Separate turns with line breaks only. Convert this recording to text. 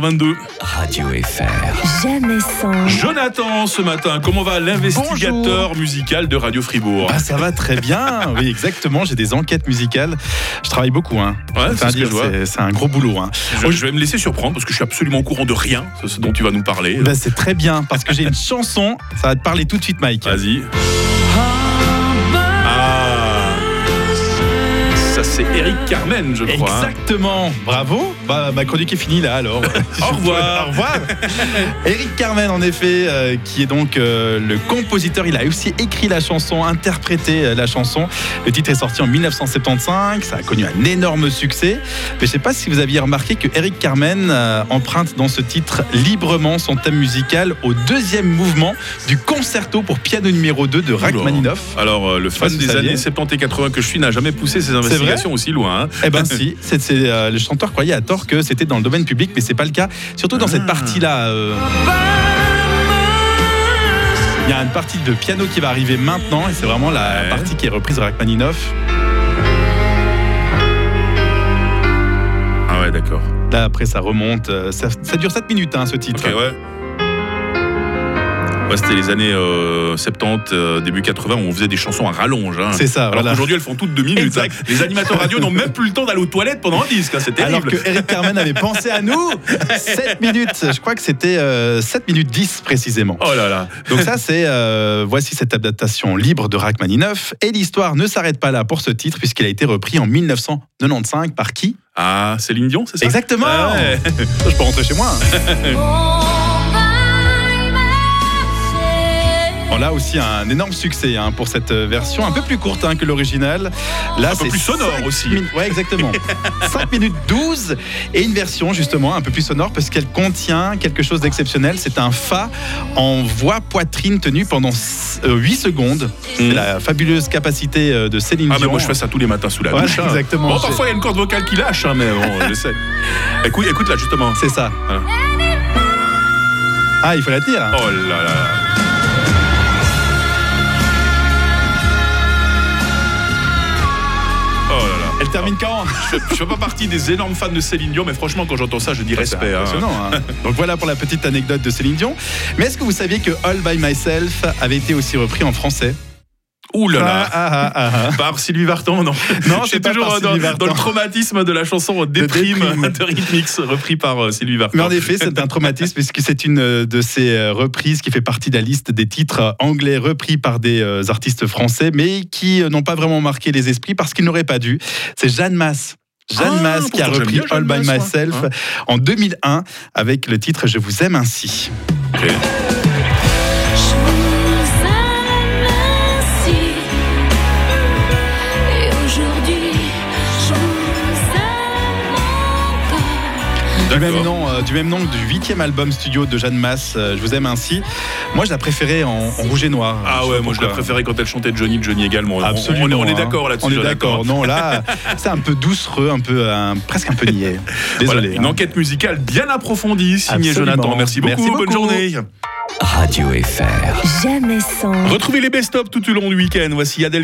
22.
Radio FR.
Jamais sans.
Jonathan, ce matin, comment va l'investigateur musical de Radio Fribourg
Ah, ça va très bien. Oui, exactement. J'ai des enquêtes musicales. Je travaille beaucoup. Hein.
Ouais, c'est
Enfin,
ce que je
dire,
vois.
c'est- c'est un gros boulot. hein.
Je, je vais me laisser surprendre parce que je suis absolument au courant de rien de ce dont tu vas nous parler.
Bah, c'est très bien parce que j'ai une chanson. Ça va te parler tout de suite, Mike.
Vas-y. Ah Ça, c'est Eric Carmen, je crois. hein.
Exactement. Bravo. Bah, ma chronique est finie là alors.
Au revoir.
Au revoir. Eric Carmen, en effet, euh, qui est donc euh, le compositeur, il a aussi écrit la chanson, interprété euh, la chanson. Le titre est sorti en 1975, ça a connu un énorme succès. Mais je sais pas si vous aviez remarqué que Eric Carmen euh, emprunte dans ce titre librement son thème musical au deuxième mouvement du concerto pour piano numéro 2 de Rachmaninoff.
Alors, euh, le fan
sais pas si
des
vous saviez.
années 70 et 80 que je suis n'a jamais poussé ses investigations aussi loin. hein.
Eh ben si, c'est, c'est, euh, le chanteur croyait à tort que c'était dans le domaine public, mais c'est pas le cas. Surtout dans
Ah.
cette partie-là. euh. Il y a une partie de piano qui va arriver maintenant, et c'est vraiment la
Ouais.
partie qui est reprise de Rachmaninoff.
Ah ouais, d'accord.
Là, après, ça remonte. euh, Ça, ça dure 7 minutes, hein, ce titre.
Ok, ouais. Ouais, c'était les années euh, 70, euh, début 80, où on faisait des chansons à rallonge. hein.
C'est ça,
Alors
voilà.
qu'aujourd'hui, elles font toutes deux minutes.
Exact.
hein. Les animateurs radio n'ont même plus le temps d'aller aux toilettes pendant un disque. hein, C'est terrible.
Alors que Eric Carmen avait pensé à nous 7 minutes, je crois que c'était euh, 7 minutes 10 précisément.
Oh là là.
Donc ça, c'est euh, voici cette adaptation libre de Rachmaninoff. Et l'histoire ne s'arrête pas là pour ce titre, puisqu'il a été repris en 1995 par qui
Ah, Céline Dion, c'est ça
Exactement
Ah ouais.
Je peux rentrer chez moi. hein. Bon, là aussi, un énorme succès hein, pour cette euh, version un peu plus courte hein, que l'original. Là,
Un peu
c'est
plus sonore
cinq
aussi.
min- Ouais, exactement. 5 minutes 12 et une version justement un peu plus sonore parce qu'elle contient quelque chose d'exceptionnel. C'est un fa en voix poitrine tenue pendant 8 secondes. C'est
Mhm.
la fabuleuse capacité euh, de Céline
Ah, mais
Dion.
moi, je fais ça tous les matins sous la
Voilà,
douche. hein.
exactement.
Bon, parfois, il y a une corde vocale qui lâche, hein, mais bon, je sais. Écoute, écoute là, justement.
C'est ça.
Voilà.
Ah, il faut la tenir. hein.
Oh là là. Oh là là.
Elle termine quand
Je fais pas partie des énormes fans de Céline Dion, mais franchement, quand j'entends ça, je dis respect.
C'est
hein.
impressionnant, hein. Donc voilà pour la petite anecdote de Céline Dion. Mais est-ce que vous saviez que All by Myself avait été aussi repris en français
Ouh là là.
Ah, ah, ah, ah.
Par Sylvie Vartan, non.
Non,
je suis
c'est pas
toujours
par
euh, dans,
Sylvie Vartan.
dans le traumatisme de la chanson Déprime
Déprime.
de Rhythmix, repris par euh, Sylvie Vartan.
Mais en effet, c'est un traumatisme puisque c'est une euh, de ces euh, reprises qui fait partie de la liste des titres euh, anglais repris par des euh, artistes français, mais qui euh, n'ont pas vraiment marqué les esprits parce qu'ils n'auraient pas dû. C'est Jeanne Masse. Jeanne
Ah,
Masse qui a
pourtant, j'aime
repris
bien
All
Jeanne Masse,
by
moi. Hein
Myself en 2001 avec le titre Je vous aime ainsi.
Ok.
Du même,
D'accord.
nom, euh, du même nom que du huitième album studio de Jeanne Masse, euh, Je vous aime ainsi. Moi, je la préférais en, en rouge et noir.
Ah
Je
ouais,
sais
moi je la
pourquoi.
préférais quand elle chantait Johnny, Johnny également. On-
Absolument.
On, est- on est
hein.
d'accord là-dessus.
On est
Jonathan.
d'accord. Non, là, c'est un peu doucereux, un peu, un- presque un peu niais.
Voilà,
Désolé.
une
hein.
enquête musicale bien approfondie, signée
Absolument.
Jonathan. Merci beaucoup,
Merci
bonne
beaucoup.
journée.
Radio FR.
Jamais sans.
Retrouvez les best-of tout au long du week-end. Voici Adèle.